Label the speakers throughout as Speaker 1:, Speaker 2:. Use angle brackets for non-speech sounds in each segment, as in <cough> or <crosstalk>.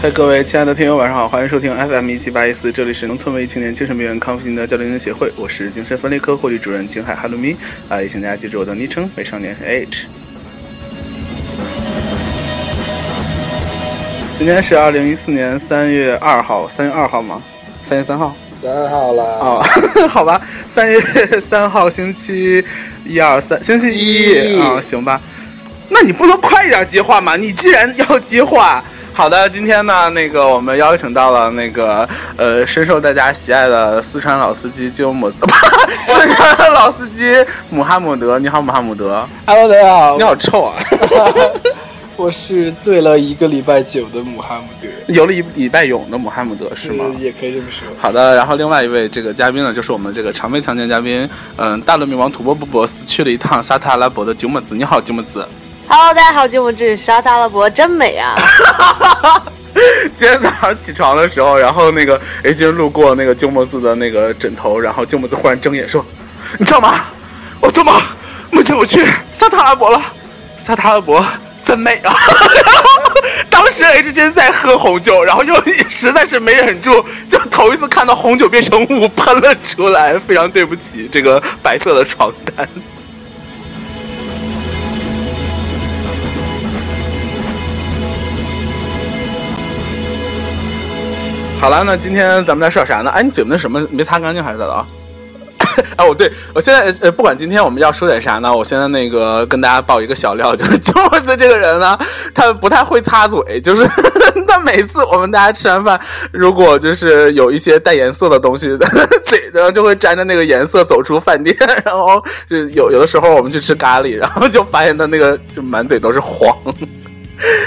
Speaker 1: 嗨，各位亲爱的听友，晚上好，欢迎收听 FM 一七八一四，这里是农村文艺青年精神病院康复心得交流研究协会，我是精神分类科护理主任景海哈鲁咪，啊、也请大家记住我的昵称美少年 H。今天是二零一四年三月二号，三月二号吗？三月三号？
Speaker 2: 三号了，
Speaker 1: 哦， <laughs> 好吧，三月三号星期一二三，星期一
Speaker 2: 一
Speaker 1: 啊、行吧。那你不能快一点接话吗？你既然要接话，好的，今天呢，那个我们邀请到了那个呃深受大家喜爱的四川老司机鸠姆，不， <laughs> 四川老司机姆哈姆德，你好，姆哈姆德，
Speaker 2: Hello，大家好
Speaker 1: 你，好臭啊！
Speaker 2: 我是醉了一个礼拜酒的姆哈姆德，
Speaker 1: <laughs> 游了一礼拜泳的姆哈姆德是吗？
Speaker 2: 也可以这么说。
Speaker 1: 好的，然后另外一位这个嘉宾呢，就是我们这个常规强健嘉宾，嗯，大轮冥王吐蕃布博斯去了一趟沙特阿拉伯的九木子。你好，九木子。
Speaker 3: Hello，大家好，我是沙特阿拉伯，真美 <laughs> 啊！
Speaker 1: <laughs> 今天早上起床的时候，然后那个 A 君路过那个鸠摩寺的那个枕头，然后鸠摩寺忽然睁眼说：“你干嘛？”我说：“妈，目前我去沙特阿拉伯了，沙特阿拉伯真美啊！” <laughs> 然后当时 H 君在喝红酒，然后又实在是没忍住，就头一次看到红酒变成雾喷了出来，非常对不起这个白色的床单。好了，那今天咱们来说点啥呢？哎，你嘴巴那什么没擦干净还是咋的啊？ <coughs> 哎，我对我现在呃，不管今天我们要说点啥呢，我现在那个跟大家爆一个小料，就是 <laughs> 鸠摩子这个人呢，他不太会擦嘴，就是 <laughs> 他每次我们大家吃完饭，如果就是有一些带颜色的东西， <laughs> 嘴然后就会沾着那个颜色走出饭店，然后就有有的时候我们去吃咖喱，然后就发现他那个就满嘴都是黄。 <laughs>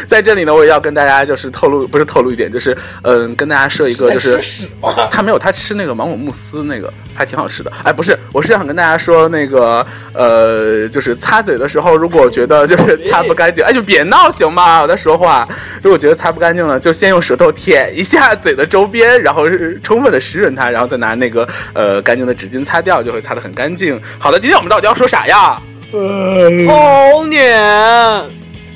Speaker 1: 在这里呢，我也要跟大家就是透露，不是透露一点，就是嗯，跟大家说一个就是
Speaker 2: 在吃屎吗
Speaker 1: 他没有，他吃那个芒果慕斯那个还挺好吃的。哎，不是，我是想跟大家说那个呃，就是擦嘴的时候，如果觉得就是擦不干净，哎，就别闹行吗？我在说话。如果觉得擦不干净了，就先用舌头舔一下嘴的周边，然后是充分的湿润它，然后再拿那个呃干净的纸巾擦掉，就会擦得很干净。好的，今天我们到底要说啥呀？
Speaker 2: 呃，
Speaker 3: 童年，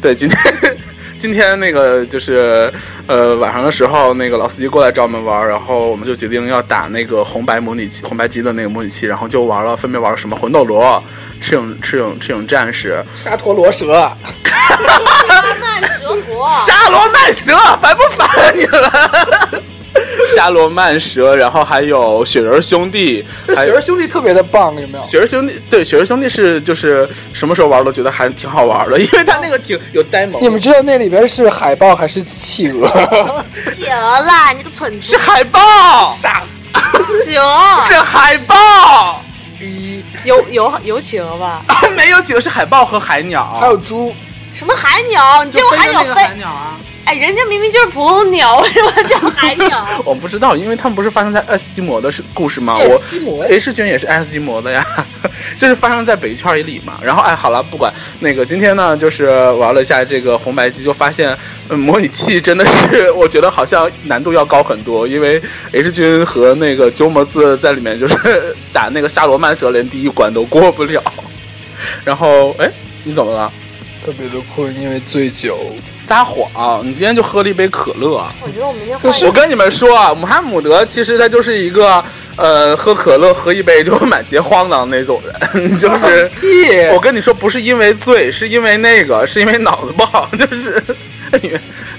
Speaker 1: 对，今天今天那个就是呃晚上的时候，那个老司机过来找我们玩儿，然后我们就决定要打那个红白模拟器、红白机的那个模拟器，然后就玩了，分别玩了什么魂斗罗、赤影、赤影、赤影战士、
Speaker 2: 沙陀罗蛇，啊
Speaker 3: 阿曼蛇
Speaker 2: 哦
Speaker 3: <laughs> 婆
Speaker 1: 沙罗曼蛇，烦不烦你们？ <laughs> 沙罗曼蛇，然后还有雪人兄弟，
Speaker 2: 那
Speaker 1: 还
Speaker 2: 雪
Speaker 1: 有
Speaker 2: 儿兄弟特别的棒，有没有？
Speaker 1: 雪人兄弟，对雪人兄弟是就是什么时候玩都觉得还挺好玩的，因为他那个挺有呆萌
Speaker 2: 你，们知道那里边是海豹还是企鹅？
Speaker 3: 企鹅啦，你个蠢
Speaker 1: 是
Speaker 3: <laughs> 猪！
Speaker 1: 海豹，
Speaker 3: 企鹅
Speaker 1: 是海豹。
Speaker 2: 逼，
Speaker 3: 有有有企鹅吧？
Speaker 1: <laughs> 没有企鹅是海豹和海鸟，
Speaker 2: 还有猪，
Speaker 3: 什么海鸟？你见过海鸟
Speaker 1: 就飞的那个海
Speaker 3: 飞？
Speaker 1: 鸟啊？？
Speaker 3: 哎，人家明明就是普通鸟， <laughs> 为什么叫海鸟
Speaker 1: 我不知道，因为他们不是发生在爱斯基摩的是故事吗？
Speaker 2: 爱
Speaker 1: 我
Speaker 2: 斯基摩
Speaker 1: H 君也是爱斯基摩的呀， <laughs> 就是发生在北圈以里嘛。然后哎，好了，不管那个，今天呢，就是玩了一下这个红白机，就发现、嗯、模拟器真的是，我觉得好像难度要高很多，因为 H 君和那个鸠摩字在里面就是打那个沙罗曼蛇，连第一关都过不了。然后哎，你怎么了？
Speaker 2: 特别的困，因为醉酒。
Speaker 1: 撒谎！你今天就喝了一杯可乐。啊
Speaker 3: 我觉得我们先
Speaker 2: 可
Speaker 3: 换
Speaker 2: 是
Speaker 3: 一
Speaker 1: 我
Speaker 3: 个。
Speaker 1: 跟你们说，啊，姆哈姆德其实他就是一个，呃，喝可乐喝一杯就满街荒唐那种人， <laughs>
Speaker 2: <laughs>
Speaker 1: 就是。
Speaker 2: 屁
Speaker 1: 我跟你说，不是因为醉，是因为那个，是因为脑子不好，就是 <laughs> 你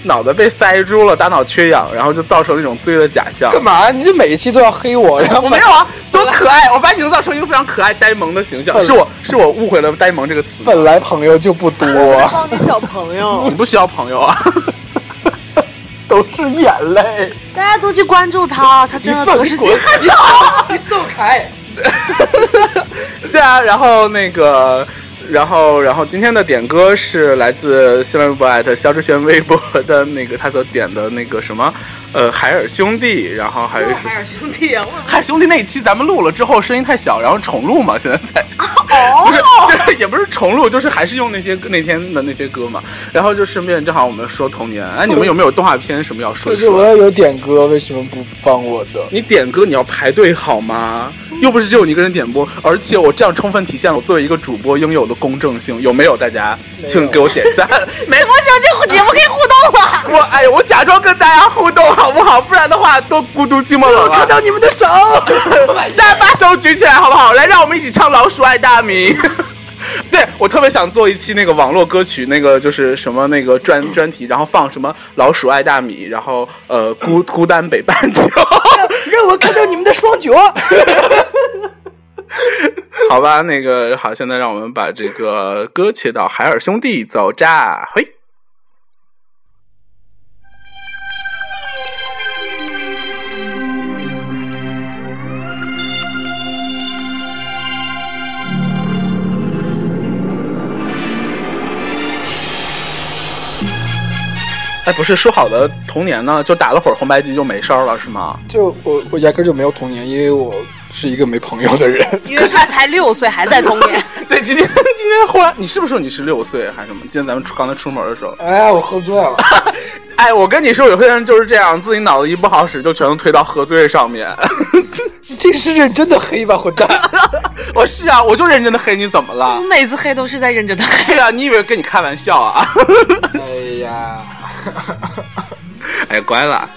Speaker 1: 脑袋被塞住了，大脑缺氧，然后就造成那种醉的假象。
Speaker 2: 干嘛？你这每一期都要黑 <laughs> 我，然后
Speaker 1: 我没有
Speaker 2: <laughs>
Speaker 1: 啊，多可爱！我把你营造成一个非常可爱呆萌的形象，
Speaker 2: 本
Speaker 1: 是我是我误会了呆萌这个词。
Speaker 2: 本来朋友就不多，
Speaker 3: 帮你找朋友
Speaker 1: <laughs> 你，不需要朋友啊。
Speaker 2: 都是眼
Speaker 1: <laughs>
Speaker 2: <laughs> 泪。
Speaker 3: 大家都去关注他，他真的得失心很重。
Speaker 2: 你走开。
Speaker 3: <laughs>
Speaker 1: <laughs> 对啊，然后那个，然后然后今天的点歌是来自新浪微博艾特肖志轩微博的那个他所点的那个什么，呃，海尔兄弟，然后还有一首。
Speaker 3: 尔兄弟啊，
Speaker 1: 海尔兄弟那一期咱们录了之后声音太小，然后重录嘛，现在在。 <laughs> 不
Speaker 3: 哦，
Speaker 1: 是，就是也不是重录，就是还是用那些歌那天的那些歌嘛。然后就顺便正好我们说童年，哎，你们有没有动画片什么要说
Speaker 2: 可
Speaker 1: 一
Speaker 2: 是我
Speaker 1: 说？
Speaker 2: 要有点歌，为什么不放我的？
Speaker 1: 你点歌你要排队好吗？又不是只有你一个人点播，而且我这样充分体现了我作为一个主播应有的公正性，有没有？大家
Speaker 2: 没有
Speaker 1: 请给我点赞。 <laughs> 没
Speaker 3: 什么时候这个节目可以互动了？
Speaker 1: 我哎，我假装跟大家互动好不好？不然的话，多孤独寂寞冷
Speaker 2: 看
Speaker 1: 了。
Speaker 2: 到你们的手，
Speaker 1: 大家把手举起来好不好？来，让我们一起唱《老鼠爱大米》。 <laughs> 对，我特别想做一期那个网络歌曲，那个就是什么那个专专题，然后放什么《老鼠爱大米》，然后呃孤孤单北半球，
Speaker 2: 让我看到你们的双脚。
Speaker 1: <laughs> 好吧？那个好，现在让我们把这个歌切到海尔兄弟走炸，嘿。哎，不是说好的童年呢？就打了会儿红白机就没事儿了是吗？
Speaker 2: 就我我压根儿就没有童年，因为我是一个没朋友的人。
Speaker 3: 因为他才六岁，还在童年。
Speaker 1: 对，今天今天忽然，你是不是说你是六岁还是什么？今天咱们出刚才出门的时候，
Speaker 2: <laughs> 哎呀，我喝醉了。
Speaker 1: 哎，我跟你说，有些人就是这样，自己脑子一不好使，就全都推到喝醉上面。
Speaker 2: <laughs>
Speaker 1: <laughs>
Speaker 2: 这是认真的黑吧，混蛋！
Speaker 1: 我是啊，我就认真的黑你，怎么
Speaker 3: <laughs> 我
Speaker 1: 了？
Speaker 3: 每次黑都是在认真的黑。
Speaker 1: 对啊，你以为跟你开玩笑啊？
Speaker 2: <laughs>
Speaker 1: <laughs>
Speaker 2: 哎呀，
Speaker 1: 哎，乖了，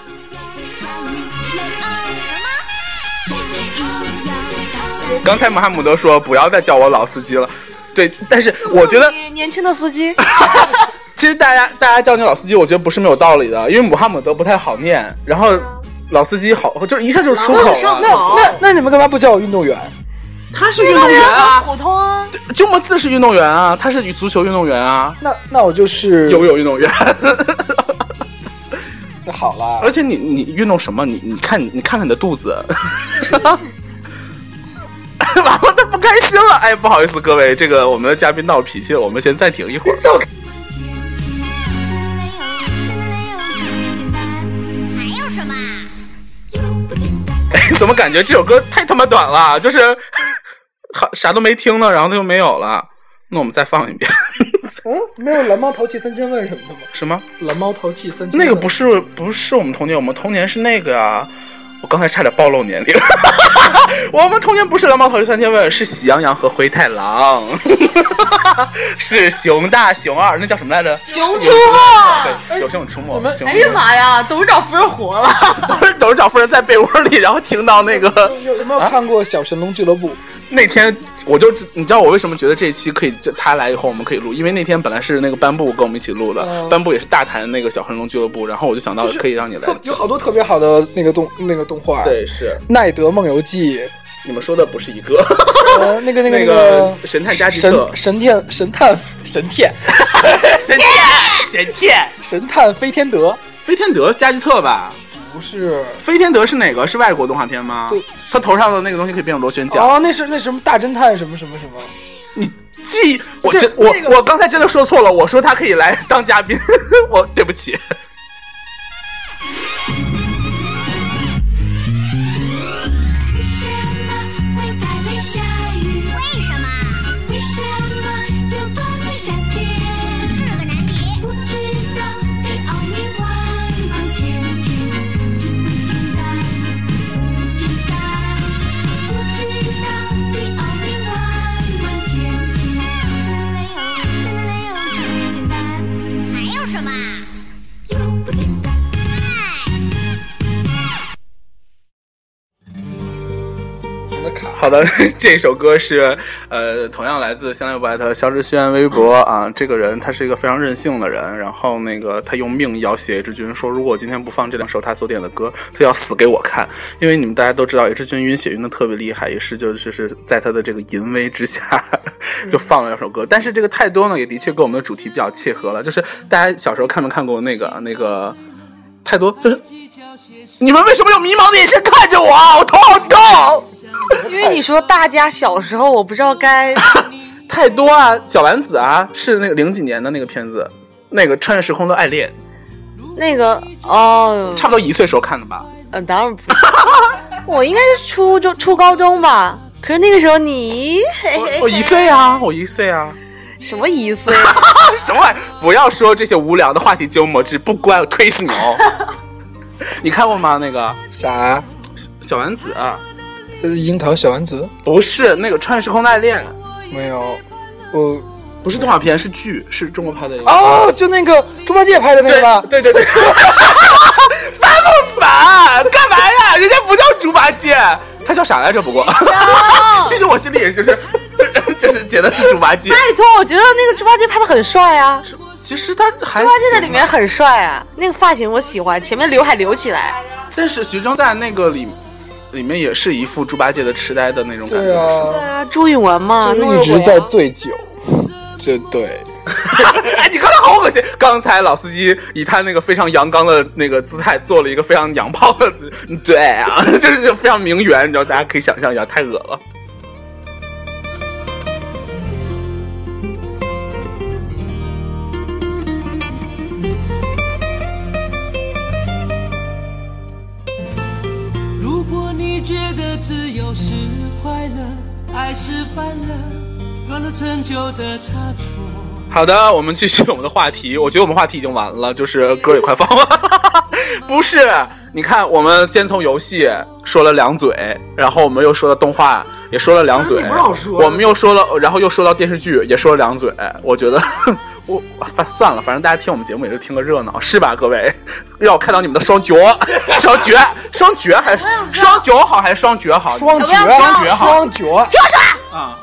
Speaker 1: 刚才穆罕默德说不要再叫我老司机了。对，但是我觉得
Speaker 3: 你年轻的司机，
Speaker 1: 其实大家大家叫你老司机，我觉得不是没有道理的，因为穆罕默德不太好念，然后老司机好，就是一下就是 <laughs> 出口
Speaker 3: 朗朗上
Speaker 1: 了。
Speaker 3: 口，
Speaker 2: <laughs> 那那你们干嘛不叫我运动员？
Speaker 1: 他是运动员啊，
Speaker 3: 普通啊。
Speaker 1: 鸠摩自是运动员啊，他是足球运动员啊， <laughs>
Speaker 2: 那那我就是
Speaker 1: 游泳运动员。
Speaker 2: 那好啦
Speaker 1: 而，且你你运动什么？你你看你看看你的肚子， <laughs> 完了他不开心了。哎，不好意思各位，这个我们的嘉宾闹脾气了，我们先暂停一会儿。
Speaker 2: 走开！
Speaker 4: 还有什么？
Speaker 1: 哎， <laughs> 怎么感觉这首歌太他妈短了？就是好啥都没听呢，然后就没有了。那我们再放一遍， <laughs>
Speaker 2: 嗯，没有蓝猫淘气三千问什么的吗？
Speaker 1: 什么？
Speaker 2: 蓝猫淘气三千
Speaker 1: 那
Speaker 2: 问
Speaker 1: 个不是不是我们童年，我们童年是那个啊。我刚才差点暴露年龄， <laughs> 我们童年不是《蓝猫淘气三千问》，是《喜羊羊和灰太狼》，是熊大、熊二，那叫什么来着？
Speaker 3: 熊出没！
Speaker 1: 对，有熊出没。
Speaker 2: 我们
Speaker 1: 熊
Speaker 3: 哎呀妈呀，董事长夫人活了！
Speaker 1: 不是董事长夫人在被窝里，然后听到那个
Speaker 2: 有有没有看过《小神龙俱乐部》？
Speaker 1: 那天，我就你知道我为什么觉得这期可以就他来以后我们可以录，因为那天本来是那个颁布跟我们一起录的，
Speaker 2: 嗯
Speaker 1: 颁布也是大谈那个小神龙俱乐部，然后我就想到
Speaker 2: 就是
Speaker 1: 啊可以让你来
Speaker 2: 特有
Speaker 1: 讲。
Speaker 2: 好多特别好的那个动那个动画，，
Speaker 1: 对，是
Speaker 2: 《奈德梦
Speaker 1: <laughs>
Speaker 2: 游记》
Speaker 1: 你们说的不是一个，
Speaker 2: 呃，那个那个
Speaker 1: 那
Speaker 2: 个
Speaker 1: 个神探加吉
Speaker 2: 神
Speaker 1: 特，
Speaker 2: 神探神探神探
Speaker 1: 神探神探
Speaker 2: 神探飞天德
Speaker 1: 飞天德加吉特吧？
Speaker 2: 不是
Speaker 1: 飞天德是哪个？是外国动画片吗
Speaker 2: 对？
Speaker 1: 他头上的那个东西可以变成螺旋桨。
Speaker 2: 哦，那是那什么大侦探什么什么什么，
Speaker 1: 你记我
Speaker 2: 这
Speaker 1: 真我
Speaker 2: 那个
Speaker 1: 我刚才真的说错了，我说他可以来当嘉宾， <laughs> 我对不起。
Speaker 4: 为什么会带来下雨？为什么？为什么有光的夏天？是个难题。不知道得奥秘万万千千，真不简单，不简单。不知道得奥秘万万千千，得嘞哦，得嘞哦，真不简单。还有什么？又不简单。
Speaker 2: 什么卡
Speaker 1: 好的， <laughs> 这首歌是呃，同样来自香料不爱的肖志轩微博啊。这个人他是一个非常任性的人，然后那个他用命要挟叶志军说，如果我今天不放这两首他所点的歌，他要死给我看。因为你们大家都知道，叶志军晕血晕的特别厉害，也是就是是在他的这个淫威之下 <laughs> 就放了两首歌。但是这个太多呢，也的确跟我们的主题比较切合了。就是大家小时候看没看过那个那个太多，就是你们为什么用迷茫的眼神看着我啊？我头好痛。
Speaker 3: <laughs> 因为你说大家小时候，我不知道 <laughs> 该
Speaker 1: 太多啊，小丸子啊，是那个零几年的那个片子，那个穿越时空的爱恋，
Speaker 3: 那个哦，
Speaker 1: 差不多一岁时候看的吧。
Speaker 3: 嗯，当然不是，我应该是初中、初高中吧。可是那个时候你哎
Speaker 1: 我我一岁啊，我一岁啊，
Speaker 3: 什么意思呀？
Speaker 1: 什么玩意儿？不要说这些无聊的话题鸠摩智，不乖，我推死你哦！你看过吗？那个
Speaker 2: 啥？
Speaker 1: 小丸子、啊
Speaker 2: 我呃樱桃小丸子
Speaker 1: 不是那个《穿越时空爱恋》，
Speaker 2: 没有，我
Speaker 1: 不是动画片，是剧，是中国拍的一个。
Speaker 2: 哦，就那个猪八戒拍的那个吧？
Speaker 1: 对对 <laughs> 对对，烦不烦？干嘛呀？人家不叫猪八戒，他叫啥来着？不过， <laughs> 其实我心里也就是，就是 <laughs> 就是觉得是猪八戒。
Speaker 3: <laughs> 拜托，我觉得那个猪八戒拍的很帅啊，猪
Speaker 1: 其实他还猪
Speaker 3: 八戒在里面，很帅啊，那个发型我喜欢，前面刘海留起来，
Speaker 1: 但是徐峥在那个里里面也是一副猪八戒的痴呆的那种感觉。
Speaker 2: 对
Speaker 3: 对
Speaker 2: 啊，
Speaker 3: 啊，朱允文嘛，
Speaker 2: 就
Speaker 3: 诺
Speaker 2: 是一直
Speaker 3: 若鬼
Speaker 2: 在
Speaker 3: 啊
Speaker 2: 醉酒，这对。
Speaker 1: <laughs> 哎，你刚才好恶心！刚才老司机以他那个非常阳刚的那个姿态，做了一个非常娘炮的姿，对啊， <laughs> 就是非常名媛，你知道，大家可以想象一下，太恶了。
Speaker 5: 如果你觉得自由是快乐，爱是烦乐，乱了陈旧的差错。
Speaker 1: 好的，我们继续我们的话题。我觉得我们话题已经完了，就是歌也快放了。 <laughs> 不是，你看，我们先从游戏说了两嘴，然后我们又说到动画，也说了两嘴。
Speaker 2: 啊你不让我说
Speaker 1: 我们又说了，然后又说到电视剧，也说了两嘴。我觉得， <laughs> 我反算了，反正大家听我们节目也就听个热闹，是吧，各位？ <laughs> 让我看到你们的双绝， <laughs> 双绝，双绝还是双九好还是双绝好？
Speaker 2: 双
Speaker 3: 小
Speaker 2: 绝，啊
Speaker 3: 不要
Speaker 1: 双绝好
Speaker 2: 双绝，
Speaker 1: 啊，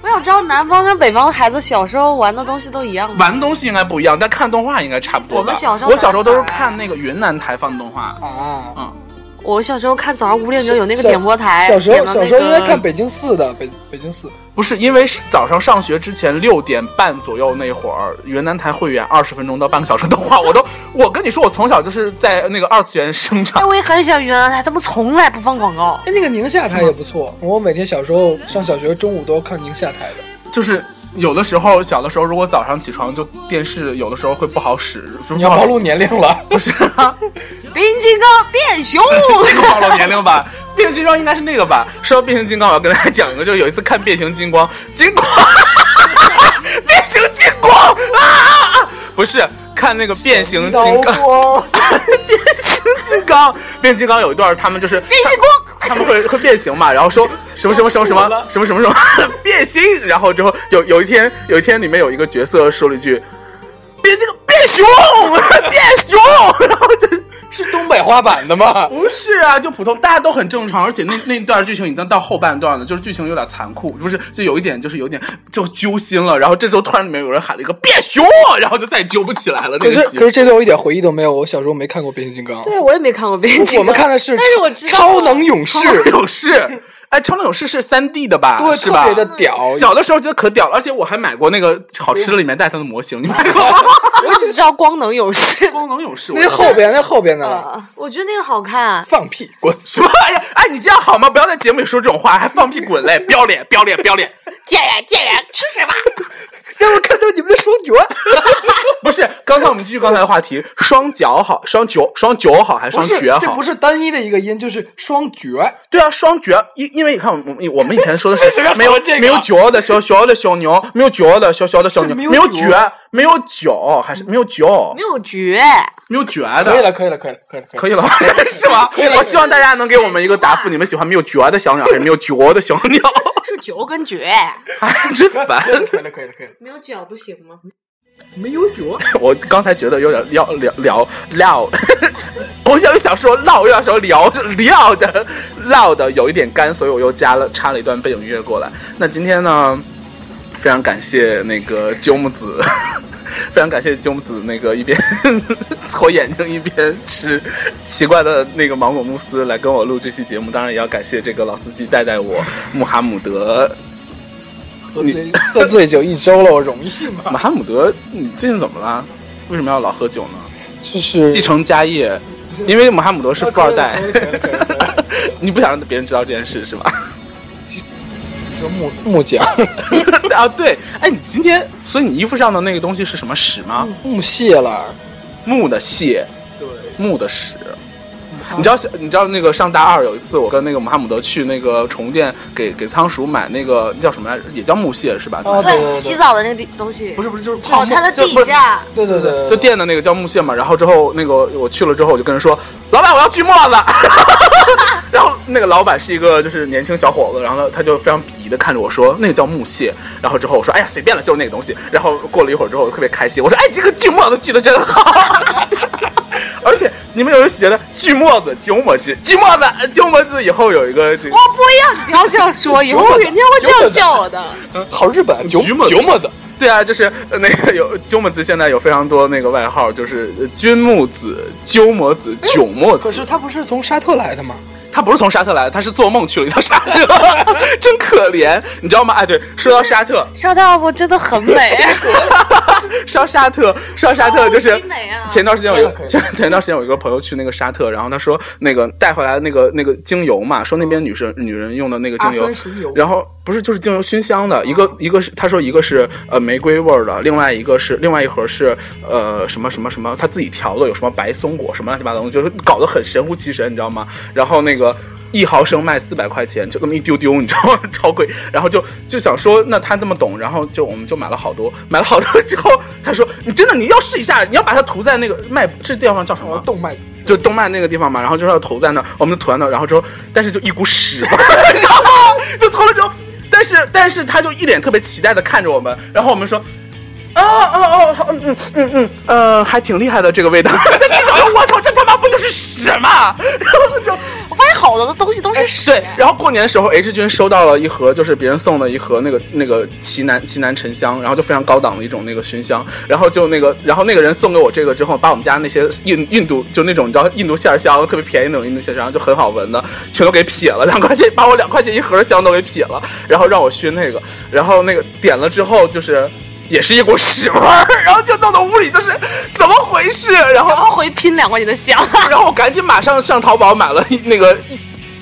Speaker 3: 我想知道南方跟北方的孩子小时候玩的东西都一样吗？
Speaker 1: 玩的东西应该不一样，但看动画应该差不多吧。
Speaker 3: 我们小时候
Speaker 1: 我小时候都是
Speaker 3: 玩的
Speaker 1: 看那个云南台放的动画。
Speaker 2: 啊！
Speaker 1: 嗯，
Speaker 3: 我小时候看早上五点钟有那个
Speaker 2: 小
Speaker 3: 点播台，
Speaker 2: 小时候
Speaker 3: 点到那
Speaker 2: 小
Speaker 3: 个
Speaker 2: 时候应该看北京四的，北北京四。
Speaker 1: 不是因为是早上上学之前六点半左右那会儿，云南台会员二十分钟到半个小时 <laughs> 动画，我都我跟你说，我从小就是在那个二次元生
Speaker 3: 哎， <laughs>
Speaker 1: 长。
Speaker 3: 我也很喜欢云南台，他们从来不放广告。
Speaker 2: 哎，那个宁夏台也不错，我每天小时候上小学中午都要看宁夏台的。
Speaker 1: 就是有的时候，小的时候如果早上起床就电视有的时候会不好使，就是
Speaker 2: 你要暴露年龄了，
Speaker 1: 不是、啊、
Speaker 3: 冰激凌啊
Speaker 2: <laughs>
Speaker 3: 变熊，
Speaker 1: 这个暴露年龄吧？变形金刚应该是那个吧？说到变形金刚，我要跟大家讲一个，就是有一次看变形金刚，金光， <laughs> 变形金光啊啊啊！不是看那个变
Speaker 2: <laughs>
Speaker 1: 形金刚。
Speaker 2: 光，
Speaker 1: 变形金刚，变形金刚有一段儿他们就是变
Speaker 3: 变形光
Speaker 1: 他们会会变形嘛，然后说什么什么什么什么什么什么什么变形，然后之后有有一天有一天里面有一个角色说了一句变这个变熊变熊，然后就是。
Speaker 2: 是东北话版的吗？
Speaker 1: 不是啊，就普通，大家都很正常，而且那那段剧情已经到后半段了，就是剧情有点残酷，不是就有一点就是有点就揪心了，然后这时候突然里面有人喊了一个变熊，然后就再也揪不起来了。那
Speaker 2: 可
Speaker 1: 个
Speaker 2: 是
Speaker 1: 戏
Speaker 2: 可是这段我一点回忆都没有，我小时候没看过变形金刚。
Speaker 3: 对我也没看过冰激
Speaker 2: <laughs>
Speaker 3: 凌，
Speaker 2: 我们看的是
Speaker 3: 但是我知道
Speaker 2: 超能勇士
Speaker 1: 超，能勇士，哎，超能勇士是三 D 的吧？
Speaker 2: <laughs> 对，
Speaker 1: 是
Speaker 2: 特
Speaker 1: 吧？嗯
Speaker 2: 别的屌。
Speaker 1: 小的时候觉得可屌了，而且我还买过那个好吃的里面带它的模型，你买过吗？
Speaker 3: <laughs>
Speaker 1: <laughs>
Speaker 3: 我只知道光能
Speaker 2: <laughs>
Speaker 3: 勇士。
Speaker 1: 光能勇士，
Speaker 2: 那是
Speaker 1: <laughs>
Speaker 2: 后边，那是后边的了。
Speaker 3: 啊我觉得那个好看，
Speaker 2: 放屁，滚！
Speaker 1: 什么玩意儿？哎，你这样好吗？不要在节目里说这种话，还放屁滚嘞！不要脸，不要脸，不要脸！
Speaker 3: 贱人贱人，吃屎吧！
Speaker 2: 让我看到你们的双脚。
Speaker 1: 不是，刚才我们继续刚才的话题，双脚好，双脚双脚好还是 <laughs>
Speaker 2: 不
Speaker 1: 双
Speaker 2: 是
Speaker 1: 绝，啊
Speaker 2: 这
Speaker 1: 好
Speaker 2: 不？是单一的一个音，就是双绝。
Speaker 1: 对啊，双绝，因因为你看，我们我们以前说的 <laughs> 是
Speaker 2: 么要
Speaker 1: 没有
Speaker 2: 讨论这个
Speaker 1: 没有脚的小小的小牛，没有脚的小小的小牛，
Speaker 2: 是没有
Speaker 1: 没有
Speaker 2: 脚
Speaker 1: 脚，没有脚，还是没有脚
Speaker 3: 没，有绝，
Speaker 1: 没有脚的。
Speaker 2: 可以了，可以了，可以了，可以了，
Speaker 1: 可以了吗？ <laughs> 是吗
Speaker 2: 可以？了
Speaker 1: 我希望大家能给我们一个答复，你们喜欢没有脚的小鸟，还是没有脚的小
Speaker 2: <laughs>
Speaker 1: 鸟？
Speaker 3: 是九跟绝，
Speaker 1: 哎，真烦！
Speaker 2: 可以了，可以了，可以了，可以了。
Speaker 3: 没有脚不行吗？
Speaker 2: 没有脚，
Speaker 1: 我刚才觉得有点聊聊聊聊， <laughs> 我想想说唠，又要说聊聊的唠的有一点干，所以我又加了插了一段背景音乐过来。那今天呢，非常感谢那个鸠木子。 <laughs> 非常感谢鸠木子那个一边 <laughs> 搓眼睛一边吃奇怪的那个芒果慕斯来跟我录这期节目，当然也要感谢这个老司机带带我穆哈姆德。
Speaker 2: 喝醉喝醉酒一周了，我容易
Speaker 1: <laughs> 穆
Speaker 2: 吗？
Speaker 1: 哈姆德，你最近怎么了？为什么要老喝酒呢？
Speaker 2: 就是
Speaker 1: 继承家业，因为穆哈姆德是富二代
Speaker 2: 可哦以了可以了可以了可以了，
Speaker 1: <laughs> 你不想让别人知道这件事是吧？
Speaker 2: 就木木匠、
Speaker 1: <laughs> 啊，对，哎，你今天，所以你衣服上的那个东西是什么屎吗？
Speaker 2: 木屑了。
Speaker 1: 木的屑，
Speaker 2: 嗯对，嗯
Speaker 1: 木的屎。你知道，你知道那个上大二有一次，我跟那个穆哈姆德去那个宠物店给给仓鼠买那个叫什么来着，也叫木屑是吧？
Speaker 2: 哦对对对
Speaker 3: 对，洗澡的那个地东西，
Speaker 1: 不是不是，就是
Speaker 3: 哦，它的
Speaker 1: 就
Speaker 3: 底
Speaker 1: 不是
Speaker 3: 价，
Speaker 2: 对对对，
Speaker 1: 就店的那个叫木 <laughs> 屑嘛，然后之后那个我去了之后，我就跟人说，老板我要锯沫子，然后那个老板是一个就是年轻小伙子，然后他就非常鄙夷的看着我说那个叫木屑，然后之后我说哎呀随便了，就是那个东西。然后过了一会儿之后，我特别开心，我说哎这个锯末子锯的真好， <laughs> 而且你们有没有觉得锯末子九抹汁，锯末子九抹子以后有一个这个
Speaker 3: 我不要，你不要这样说，以后人家会这样叫我的。
Speaker 2: 好日本九
Speaker 1: 橘沫子
Speaker 2: 九沫子，
Speaker 1: 对啊，就是呃那个有鸠摩子，现在有非常多那个外号，就是呃君木子、鸠摩子、九墨子。
Speaker 2: 可是他不是从沙特来的吗？
Speaker 1: 他不是从沙特来的，他是做梦去了一趟沙特， <laughs> 真可怜，你知道吗？哎，对，说到沙特， <laughs>
Speaker 3: 沙特阿伯真的很美，
Speaker 1: 说到沙特，说到沙特就
Speaker 3: 哦
Speaker 1: 是
Speaker 3: 真美啊
Speaker 1: 前段时间我有
Speaker 2: 可以了可以了
Speaker 1: 前前段时间我有一个朋友去那个沙特，然后他说那个带回来的那个那个精油嘛，说那边女生女人用的那个精
Speaker 2: 阿
Speaker 1: 油
Speaker 2: 三，神油，
Speaker 1: 然后不是就是精油熏香的，一个一个是他说一个是呃玫瑰味儿的，另外一个是另外一盒是呃什么什么什么他自己调的，有什么白松果什么乱七八糟东西，就是搞得很神乎其神，你知道吗？然后那个。一毫升卖四百块钱，就那么一丢丢，你知道吗？超贵。然后就就想说，那他这么懂，然后就我们就买了好多，买了好多之后，他说你真的你要试一下，你要把它涂在那个脉这地方叫什
Speaker 2: 然后
Speaker 1: 么？
Speaker 2: 动脉
Speaker 1: 就动脉那个地方嘛，然后就是要投在那儿，我们就投在那儿，然后之后，但是就一股屎味儿， <laughs> 然后就投了之后，但是但是他就一脸特别期待的看着我们，然后我们说。哦哦哦，好嗯嗯嗯嗯，呃，还挺厉害的这个味道。 <laughs> 他就想说，我操，这他妈不就是屎吗？ <laughs> 然后就
Speaker 3: <laughs> 我发现好多的东西都是屎。
Speaker 1: 哎对，然后过年的时候，H 君收到了一盒，就是别人送的一盒那个那个奇楠奇楠沉香，然后就非常高档的一种那个熏香，然后就那个，然后那个人送给我这个之后，把我们家那些印印度就那种你知道印度线香特别便宜那种印度线香就很好闻的，全都给撇了，两块钱把我两块钱一盒的香都给撇了，然后让我熏那个，然后那个点了之后就是。也是一股屎味儿，然后就弄得屋里就是怎么回事，然后
Speaker 3: 然后回拼两块钱的香， <laughs>
Speaker 1: 然后我赶紧马上上淘宝买了一那个一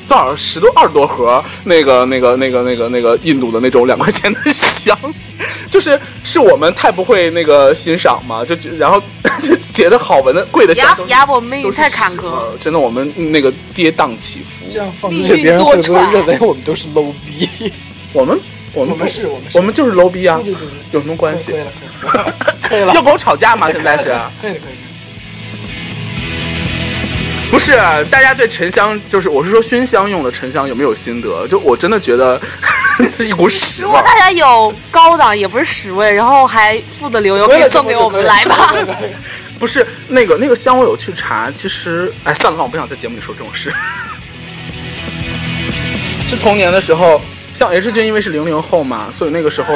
Speaker 1: 多少十多二十多盒那个那个那个那个那个印度的那种两块钱的香， <laughs> 就是是我们太不会那个欣赏嘛，就就然后 <laughs> 就觉得好闻的贵的香
Speaker 3: 压
Speaker 1: 都是
Speaker 3: 压我命
Speaker 1: 都
Speaker 3: 运
Speaker 1: 是
Speaker 3: 太坎
Speaker 1: 屎味
Speaker 3: 坷。
Speaker 1: 儿，真的我们那个跌宕起
Speaker 2: 这
Speaker 1: 伏。
Speaker 2: 样放出
Speaker 3: 必
Speaker 2: 去，
Speaker 3: 须
Speaker 2: 别人会不
Speaker 3: 多
Speaker 2: 会
Speaker 3: 踹
Speaker 2: 认为我们都是 low 逼？
Speaker 1: 我们我们
Speaker 2: 我们
Speaker 1: 不
Speaker 2: 是我们是
Speaker 1: 我们就是 low 逼啊
Speaker 2: 对对对对，
Speaker 1: 有什么 <laughs> 关系
Speaker 2: 可以？了，可以了，可以
Speaker 1: <laughs>
Speaker 2: 了，
Speaker 1: 要跟我吵架吗？现在是。啊
Speaker 2: 可以了，可以了。
Speaker 1: 不是，大家对沉香，就是我是说熏香用的沉香有没有心得？就我真的觉得一股屎
Speaker 3: 如
Speaker 1: 味
Speaker 3: 果
Speaker 1: 儿。
Speaker 3: 大家有高档也不是屎味，然后还附的留言，可以送给我们来吧。
Speaker 1: 不是那个那个香，我有去查，其实哎算了吧，我不想在节目里说这种事。是童年的时候，像 H 君因为是零零后嘛，所以那个时候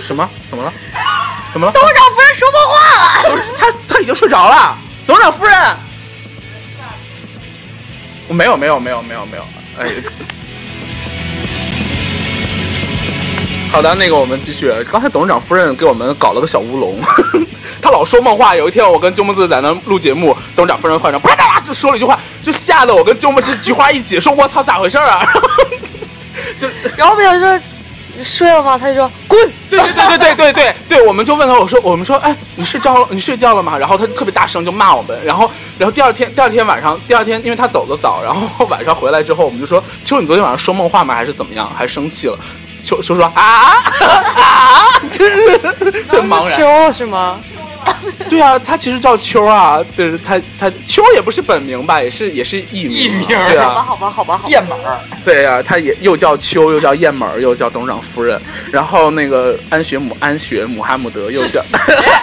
Speaker 1: 什么怎么了？怎么了？
Speaker 3: 董事长夫人说梦话
Speaker 1: <laughs> 不
Speaker 3: 了，
Speaker 1: 是他他已经睡着了，董事长夫人。我没有没有没有没有没有，哎。好的，那个我们继续。刚才董事长夫人给我们搞了个小乌龙， <laughs> 她老说梦话。有一天我跟鸠摩智在那录节目，董事长夫人换上啪啪啪就说了一句话，就吓得我跟鸠摩智菊花一起说：“我操，咋回事儿啊？”就
Speaker 3: 然后我们想说你睡了吗？
Speaker 1: <laughs>
Speaker 3: 他就说滚。
Speaker 1: 对对对对对对对对，我们就问他，我说我们说，哎，你睡着了，你睡觉了吗？然后他特别大声就骂我们，然后然后第二天第二天晚上，第二天因为他走的早，然后晚上回来之后，我们就说，秋，你昨天晚上说梦话吗？还是怎么样？还是生气了？秋秋说啊 <laughs> 啊，就是就茫然。
Speaker 3: 啊秋是吗？
Speaker 1: 对啊，他其实叫秋啊，就是他他秋也不是本名吧，也是也是艺名。
Speaker 2: 艺名
Speaker 1: 对
Speaker 3: 好吧，
Speaker 1: 啊
Speaker 3: 好吧，好吧，好吧。
Speaker 2: 燕马儿，
Speaker 1: 对啊，他也又叫秋，又叫燕门儿，又叫董事长夫人，然后那个安学姆安学姆哈姆德又叫。 <laughs>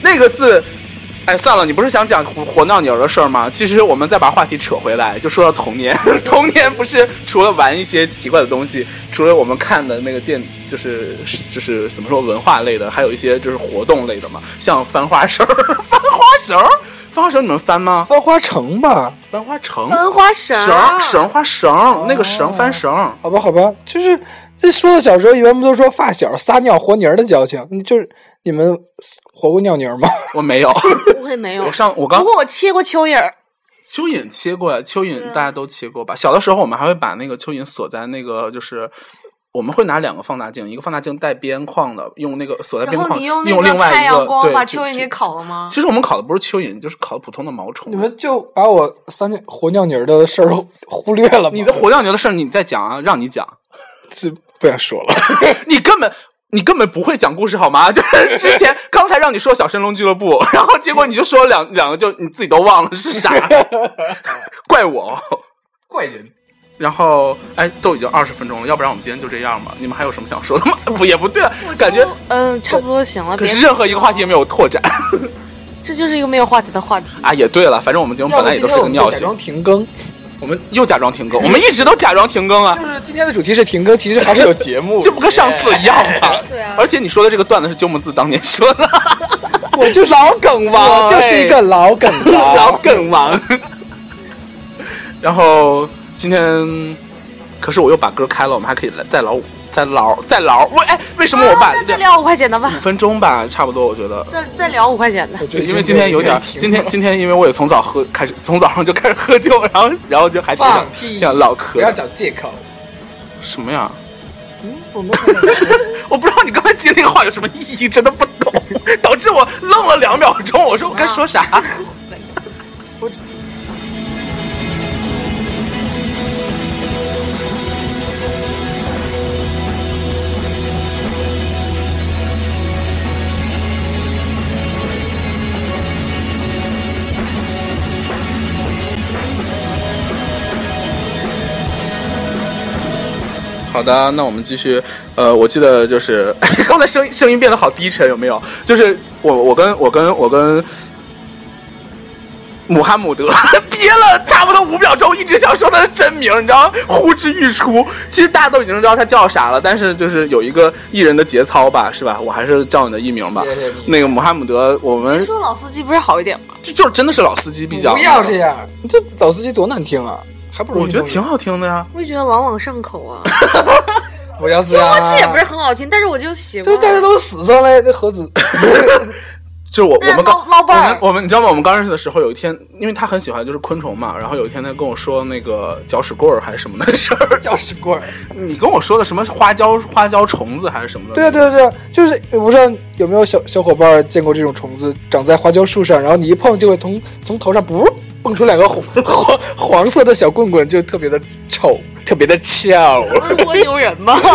Speaker 1: 那个字，哎，算了，你不是想讲火火闹鸟的事儿吗？其实我们再把话题扯回来，就说到童年。 <laughs> 童年不是除了玩一些奇怪的东西，除了我们看的那个电，就是就是怎么说文化类的，还有一些就是活动类的嘛，像翻花绳儿、 <laughs> 翻花绳儿、翻花绳，你们翻吗？
Speaker 2: 翻花城吧？
Speaker 1: 翻花哦绳、
Speaker 3: 翻花啊绳
Speaker 1: 绳儿绳儿花绳儿，那个绳翻绳儿。
Speaker 2: 好吧，好吧，就是这说到小时候，原不都说发小撒尿和泥儿的交情？你就是你们活过尿泥儿吗？
Speaker 1: <laughs> 我没有，
Speaker 3: 我也没有。
Speaker 1: 我上我刚
Speaker 3: 不过我啊切过蚯蚓儿，
Speaker 1: 蚯蚓切过呀，蚯蚓大家都切过吧？小的时候我们还会把那个蚯蚓锁在那个就是。我们会拿两个放大镜，一个放大镜带边框的，用那个锁在边
Speaker 3: 然后
Speaker 1: 框，
Speaker 3: 你用那
Speaker 1: 另
Speaker 3: 个
Speaker 1: 外
Speaker 3: 太
Speaker 1: 一个
Speaker 3: 阳光
Speaker 1: 对
Speaker 3: 把
Speaker 1: 就
Speaker 3: 蚯蚓
Speaker 1: 就
Speaker 3: 给烤了吗？
Speaker 1: 其实我们烤的不是蚯蚓，就是烤的普通的毛虫。
Speaker 2: <laughs> 你们就把我撒尿和尿泥儿的事儿忽略了吧
Speaker 1: 你的火尿牛的事儿你再讲啊，让你讲，
Speaker 2: 是不想说了。
Speaker 1: 你根本你根本不会讲故事好吗？ <laughs> 就是之前刚才让你说小神龙俱乐部，然后结果你就说两 <laughs> 两个就你自己都忘了是啥，怪我。哦
Speaker 2: 怪人，
Speaker 1: 然后，哎，都已经二十分钟了，要不然我们今天就这样吧。你们还有什么想说的吗？ <laughs> 不，也不对，啊感觉
Speaker 3: 嗯，差不多行了。
Speaker 1: 可
Speaker 3: 别
Speaker 1: 是，任何一个话题也没有拓展 <laughs>
Speaker 3: 这就是一个没有话题的话题。
Speaker 1: 啊。也对了，反正我们节目本来也都是
Speaker 2: 要
Speaker 1: 个
Speaker 2: 不今天我
Speaker 1: 尿
Speaker 2: 们就假
Speaker 1: 性
Speaker 2: 装，停更，
Speaker 1: 我们又假装停更，我们一直都假装停更啊
Speaker 2: <laughs> 就，是今天的主题是停更，其实还是有
Speaker 1: <laughs>
Speaker 2: 节目。
Speaker 1: 这不跟上次一样吗？
Speaker 3: 对啊
Speaker 1: 而且你说的这个段子是鸠摩自当年说的，
Speaker 2: <laughs> 我就是
Speaker 1: 老梗王， <laughs>
Speaker 2: 我就是一个老梗王。
Speaker 1: 老梗
Speaker 2: <laughs>
Speaker 1: 王。然后今天，可是我又把歌开了，我们还可以来再老再老再老。我哎，为什么我把
Speaker 3: 啊那再聊五块钱的吧
Speaker 1: 五，分钟吧，差不多，我觉得。
Speaker 3: 再再聊五块钱的
Speaker 2: 我。觉
Speaker 1: 对，
Speaker 2: 得
Speaker 1: 因为今天有点，
Speaker 2: 停
Speaker 1: 今天今天因为我也从早喝开始，从早上就开始喝酒， <laughs> 然后然后就还挺想
Speaker 2: 放屁
Speaker 1: 挺想唠嗑
Speaker 2: 不要找借口。
Speaker 1: 什么呀？
Speaker 2: 嗯，我没有看到
Speaker 1: 我不知道你刚才接那个话有什么意义，真的不懂， <laughs> 导致我愣了两秒钟，我说我该说啥？好的，那我们继续。呃，我记得就是 <laughs> 刚才声音声音变得好低沉，有没有？就是我我跟我跟我跟穆罕默德 <laughs> 憋了差不多五秒钟，一直想说他的真名，你知道吗，呼之欲出。其实大家都已经知道他叫啥了，但是就是有一个艺人的节操吧，是吧？我还是叫你的艺名吧。
Speaker 2: 谢谢你
Speaker 1: 那个穆罕默德，我们
Speaker 3: 说老司机不是好一点吗？
Speaker 1: 就就是真的是老司机比较。
Speaker 2: 不要这，样，你这老司机多难听啊！还不如
Speaker 1: 我觉得挺好听的呀。
Speaker 3: 我也觉得朗朗上口啊，
Speaker 2: 不要
Speaker 1: 哎
Speaker 2: 这
Speaker 3: 就
Speaker 2: 样。啊
Speaker 3: 这也不是，很好听，但是我就喜
Speaker 2: 这
Speaker 3: 欢。
Speaker 2: 大家都死算了，这何 <laughs> 止？
Speaker 1: 就是我
Speaker 3: 那
Speaker 1: 我们刚
Speaker 3: 捞捞
Speaker 1: 我
Speaker 3: 伴儿
Speaker 1: 们我们你知道吗？我们刚认识的时候，有一天，因为他很喜欢就是昆虫嘛，然后有一天他跟我说那个搅屎棍儿还是什么的 <laughs> 事儿，
Speaker 2: 搅屎棍儿。
Speaker 1: 你跟我说的什么花椒花椒虫子还是什么的，
Speaker 2: 对啊，对啊，对啊，就是我不知道有没有小小伙伴见过这种虫子，长在花椒树上，然后你一碰就会从从头上噗蹦出两个黄 <laughs> 黄黄色的小棍棍，就特别的丑， <laughs> 特别的翘。
Speaker 3: 不是蜗牛人吗？ <laughs>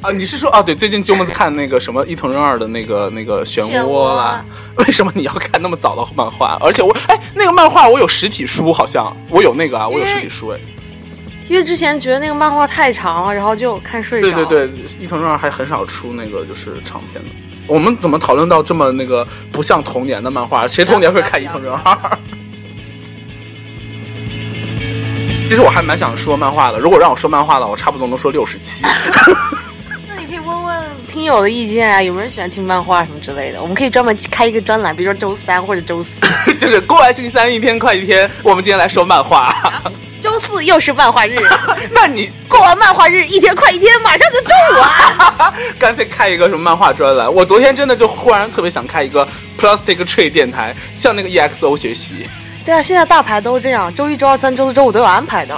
Speaker 1: 啊，你是说啊？对，最近舅妈在看那个什么伊藤润二的那个那个漩
Speaker 3: 漩
Speaker 1: 涡
Speaker 3: 涡啊
Speaker 1: 啦，为什么你要看那么早的漫画？而且我哎，那个漫画我有实体书，好像我有那个啊，我有实体书哎。
Speaker 3: 因为之前觉得那个漫画太长了，然后就看睡着
Speaker 1: 对
Speaker 3: 了。
Speaker 1: 对对，伊藤润二还很少出那个就是长篇的。我们怎么讨论到这么那个不像童年的漫画？谁童年会看伊藤润二？ <laughs> 其实我还蛮想说漫画的，如果让我说漫画的，我差不多能说六十期。
Speaker 3: 那你可以问问听友的意见啊，有没有人喜欢听漫画什么之类的？我们可以专门开一个专栏，比如说周三或者周四，
Speaker 1: <laughs>
Speaker 3: <laughs>
Speaker 1: 就是过完星期三一天快一天，我们今天来说漫 <laughs> 画。
Speaker 3: 周四又是漫画日，
Speaker 1: 那你
Speaker 3: 过完漫画日一天快一天，马上就周五了。
Speaker 1: 啊干脆开一个什么漫画专栏？我昨天真的就忽然特别想开一个 Plastic Tree 电台，向那个 EXO 学习。
Speaker 3: 对啊，现在大牌都是这样，周一、周二、三、周四、周五都有安排的。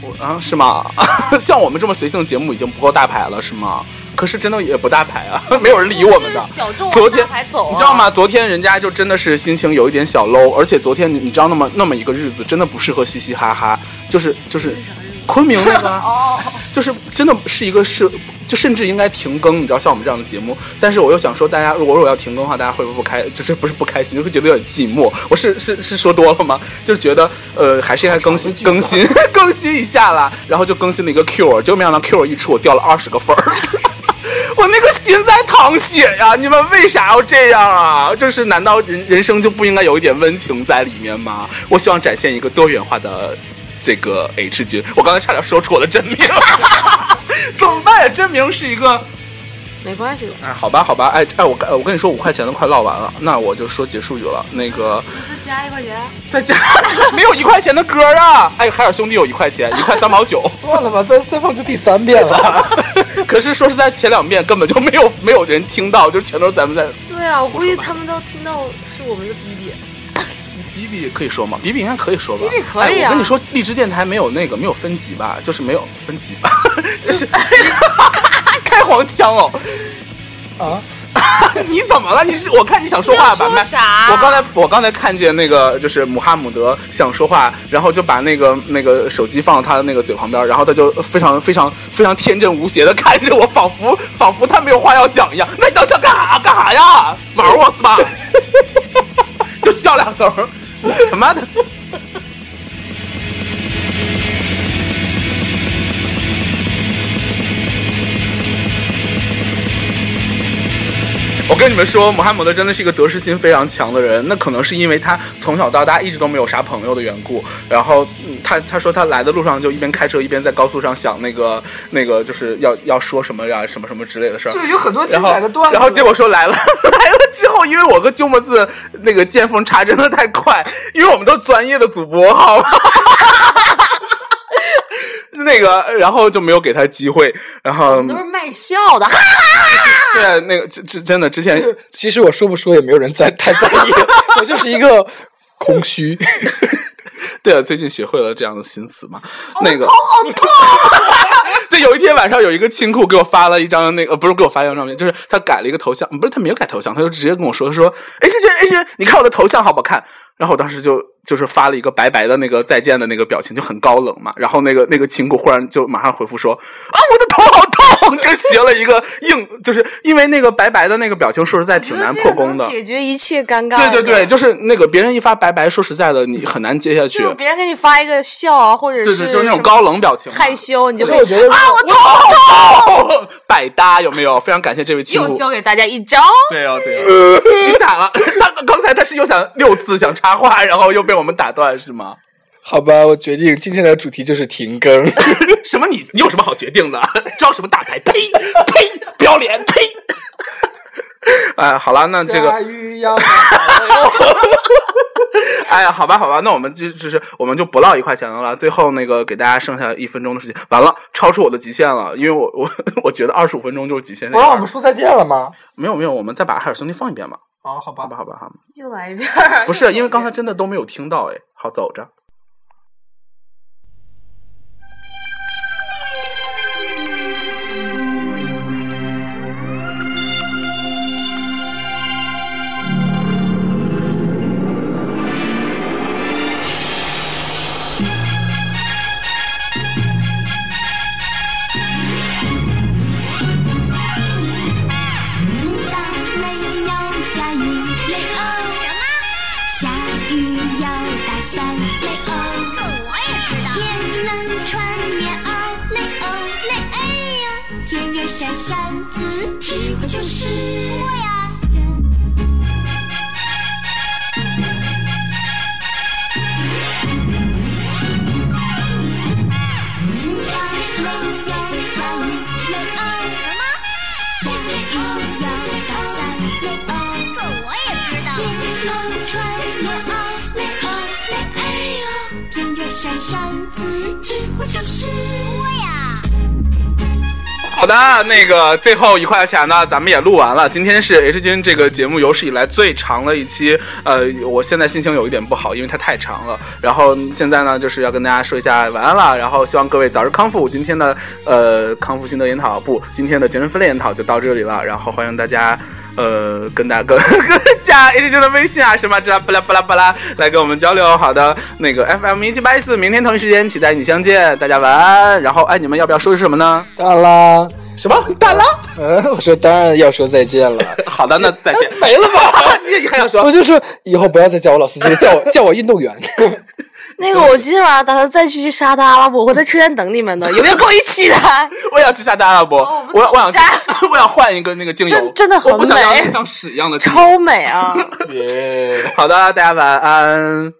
Speaker 1: 我啊，是吗？ <laughs> 像我们这么随性的节目已经不够大牌了，是吗？可是真的也不大牌啊， <laughs> 没有人理我们的。
Speaker 3: 小众
Speaker 1: 昨天
Speaker 3: 还走、啊
Speaker 1: 你知道？吗？昨天人家就真的是心情有一点小 low，而且昨天你你知道那么那么一个日子，真的不适合嘻嘻哈哈，就是就是昆明那个啊，
Speaker 3: <laughs>
Speaker 1: 就是真的是一个是就甚至应该停更，你知道像我们这样的节目，但是我又想说，大家如果我要停更的话，大家会不会不开，就是不是不开心，就会觉得有点寂寞。我是是是说多了吗？就是觉得呃还是应该更新更新更新一下啦，然后就更新了一个 Cure，结果没想到 Cure 一出，我掉了二十个分儿。 <laughs> 我那个心在淌血呀、你们为啥要这样啊？就是难道人人生就不应该有一点温情在里面吗？我希望展现一个多元化的这个 H 君。我刚才差点说出我的真名， <laughs> 怎么办呀？真名是一个
Speaker 3: 没关系的，
Speaker 1: 哎，好吧，好吧，哎哎，我跟我跟你说，五块钱的快唠完了，那我就说结束语了。那个
Speaker 3: 再加一块钱。
Speaker 1: <laughs> 在家 <laughs> 没有一块钱的歌啊，哎，海尔兄弟有一块钱，一块三毛九。 <laughs>
Speaker 2: 算了吧，再再放就第三遍了。 <laughs>
Speaker 1: 可是说实在，前两遍根本就没有没有人听到，就全都是咱们在
Speaker 3: 对啊，我估计他们都听到是我们的逼逼。
Speaker 1: 比比可以说吗？比比应该可以说吧。
Speaker 3: 比比可以
Speaker 1: 哎。
Speaker 3: 啊
Speaker 1: 我跟你说，荔枝电台没有那个没有分级吧，就是没有分级吧， <laughs>
Speaker 3: <laughs>
Speaker 1: 就是。开黄腔哦！ <laughs>
Speaker 2: 啊，
Speaker 1: 你怎么了？你是我看你想说话吧？
Speaker 3: 你要说啥
Speaker 1: 我刚才我刚才看见那个就是穆哈姆德想说话，然后就把那个那个手机放到他的那个嘴旁边，然后他就非常非常非常天真无邪的看着我，仿佛仿佛他没有话要讲一样。那你到底想干啥？干啥呀？玩我是吧？ <laughs> 就笑两声儿，他妈的！我跟你们说，穆罕默德真的是一个得失心非常强的人。那可能是因为他从小到大一直都没有啥朋友的缘故。然后，嗯、他他说他来的路上就一边开车一边在高速上想那个那个就是要要说什么呀什么什么之类的事儿。
Speaker 2: 是有很多精
Speaker 1: 然后
Speaker 2: 彩的段子。
Speaker 1: 然后结果说来了， <laughs> 来了之后，因为我跟鸠摩字那个见缝插针的太快，因为我们都专业的主播，好吗？ <laughs> 那个，然后就没有给他机会，然后
Speaker 3: 都是卖笑的，
Speaker 1: 对那个真真真的之前
Speaker 2: 就哎其实我说不说也没有人在太在 <laughs> 意，我就是一个空虚。
Speaker 1: <laughs> 对啊，最近学会了这样的新词嘛。
Speaker 3: 哦
Speaker 1: 那个，好痛！
Speaker 3: 啊
Speaker 1: <laughs> 对，有一天晚上有一个亲库给我发了一张那个，呃不是给我发一张照片，就是他改了一个头像，嗯不是他没有改头像，他就直接跟我说说，H 哎君 H 君，你看我的头像好不好看？然后我当时就就是发了一个白白的那个再见的那个表情，就很高冷嘛。然后那个那个亲库忽然就马上回复说，啊，我的头好痛， <laughs> 就学了一个硬，就是因为那个白白的那个表情，说实在挺
Speaker 3: <laughs>
Speaker 1: 难破功的
Speaker 3: 我觉得这个能。解决一切尴尬。
Speaker 1: 对对对，。就是那个别人一发白白，说实在的，你很难接下去。
Speaker 3: 就是别人给你发一个笑啊，或者是
Speaker 1: 对对，就是那
Speaker 3: 什
Speaker 1: 种
Speaker 3: 么
Speaker 1: 高冷表情嘛，
Speaker 3: 害羞，你就
Speaker 2: 所
Speaker 3: 可
Speaker 2: 以
Speaker 3: 以
Speaker 2: 啊我觉得，
Speaker 1: 哦， <laughs> 百搭有没有？非常感谢这位亲
Speaker 3: <laughs> 又
Speaker 1: 姑。
Speaker 3: 教给大家
Speaker 1: <laughs>
Speaker 3: 一招。
Speaker 1: 对哦，对哦， <laughs> 你咋了？他刚才他是又想六次想插话，然后又被我们打断是吗？
Speaker 2: 好吧，我决定今天的主题就是停 <laughs> 更。
Speaker 1: <laughs> 什么你你有什么好决定的？ <laughs> 装什么大牌？呸呸，不要脸！呸！ <laughs> 哎，好了，那这个
Speaker 2: 下雨要
Speaker 1: 哎呀，好吧，好吧，那我们就就是我们就不唠一块钱的了。最后那个给大家剩下一分钟的时间，完了，超出我的极限了，因为我我我觉得二十五分钟就是极限那
Speaker 2: 不
Speaker 1: 一半。
Speaker 2: 让我们说再见了吗？
Speaker 1: 没有没有，我们再把海尔兄弟放一遍吧，
Speaker 2: 啊，好吧
Speaker 1: 好吧，好吧，好吧。
Speaker 3: 又来一遍。
Speaker 1: 不是，因为刚才真的都没有听到，哎，好，走着。
Speaker 4: 大雷要下雨，雷欧什么？下雨要打伞，雷欧。可我也知道。天冷穿棉袄，雷欧雷哎呀。天热晒扇子，机会就是我呀。大雷要下雨，雷欧什么？下雨要打伞，雷欧。可我也知道。天冷穿棉袄，雷欧雷哎呦。天热扇扇子，几乎就是我呀。
Speaker 1: 好的，那个最后一块钱呢，咱们也录完了。今天是 H 君这个节目有史以来最长的一期，呃，我现在心情有一点不好，因为它太长了。然后现在呢，就是要跟大家说一下晚安了，然后希望各位早日康复。今天的呃康复心得研讨不，今天的精神分裂研讨就到这里了。然后欢迎大家。呃， <laughs> 跟大哥加 H 君的微信啊，什么之啦巴拉巴拉巴拉，来跟我们交流。好的，那个 FM 一七八一四，明天同一时间期待与你相见，大家晚安。然后，哎，你们要不要说什么呢？
Speaker 2: 当啦，
Speaker 1: 什么？大拉？
Speaker 2: 嗯，我说当然要说再见了。
Speaker 1: 好的，那再见。 <laughs>
Speaker 2: 没了吧？
Speaker 1: 你还想说？
Speaker 2: 我就说以后不要再叫我老司机，叫我叫我运动员。
Speaker 3: 那个，我今天晚上打算再去沙特阿拉伯，我在车站等你们呢，有没有跟我一起来？ <laughs>
Speaker 1: 我想去沙特阿拉伯，
Speaker 3: 哦
Speaker 1: 我
Speaker 3: 我
Speaker 1: 我
Speaker 3: 不
Speaker 1: 想
Speaker 3: 懂
Speaker 1: 去 <laughs> 我想换一个那个精油，
Speaker 3: 真真的很
Speaker 1: 我不想要
Speaker 3: 美
Speaker 1: 像屎一样的精油。
Speaker 3: 超美啊！
Speaker 2: <laughs> 耶。
Speaker 1: 好的，大家晚安。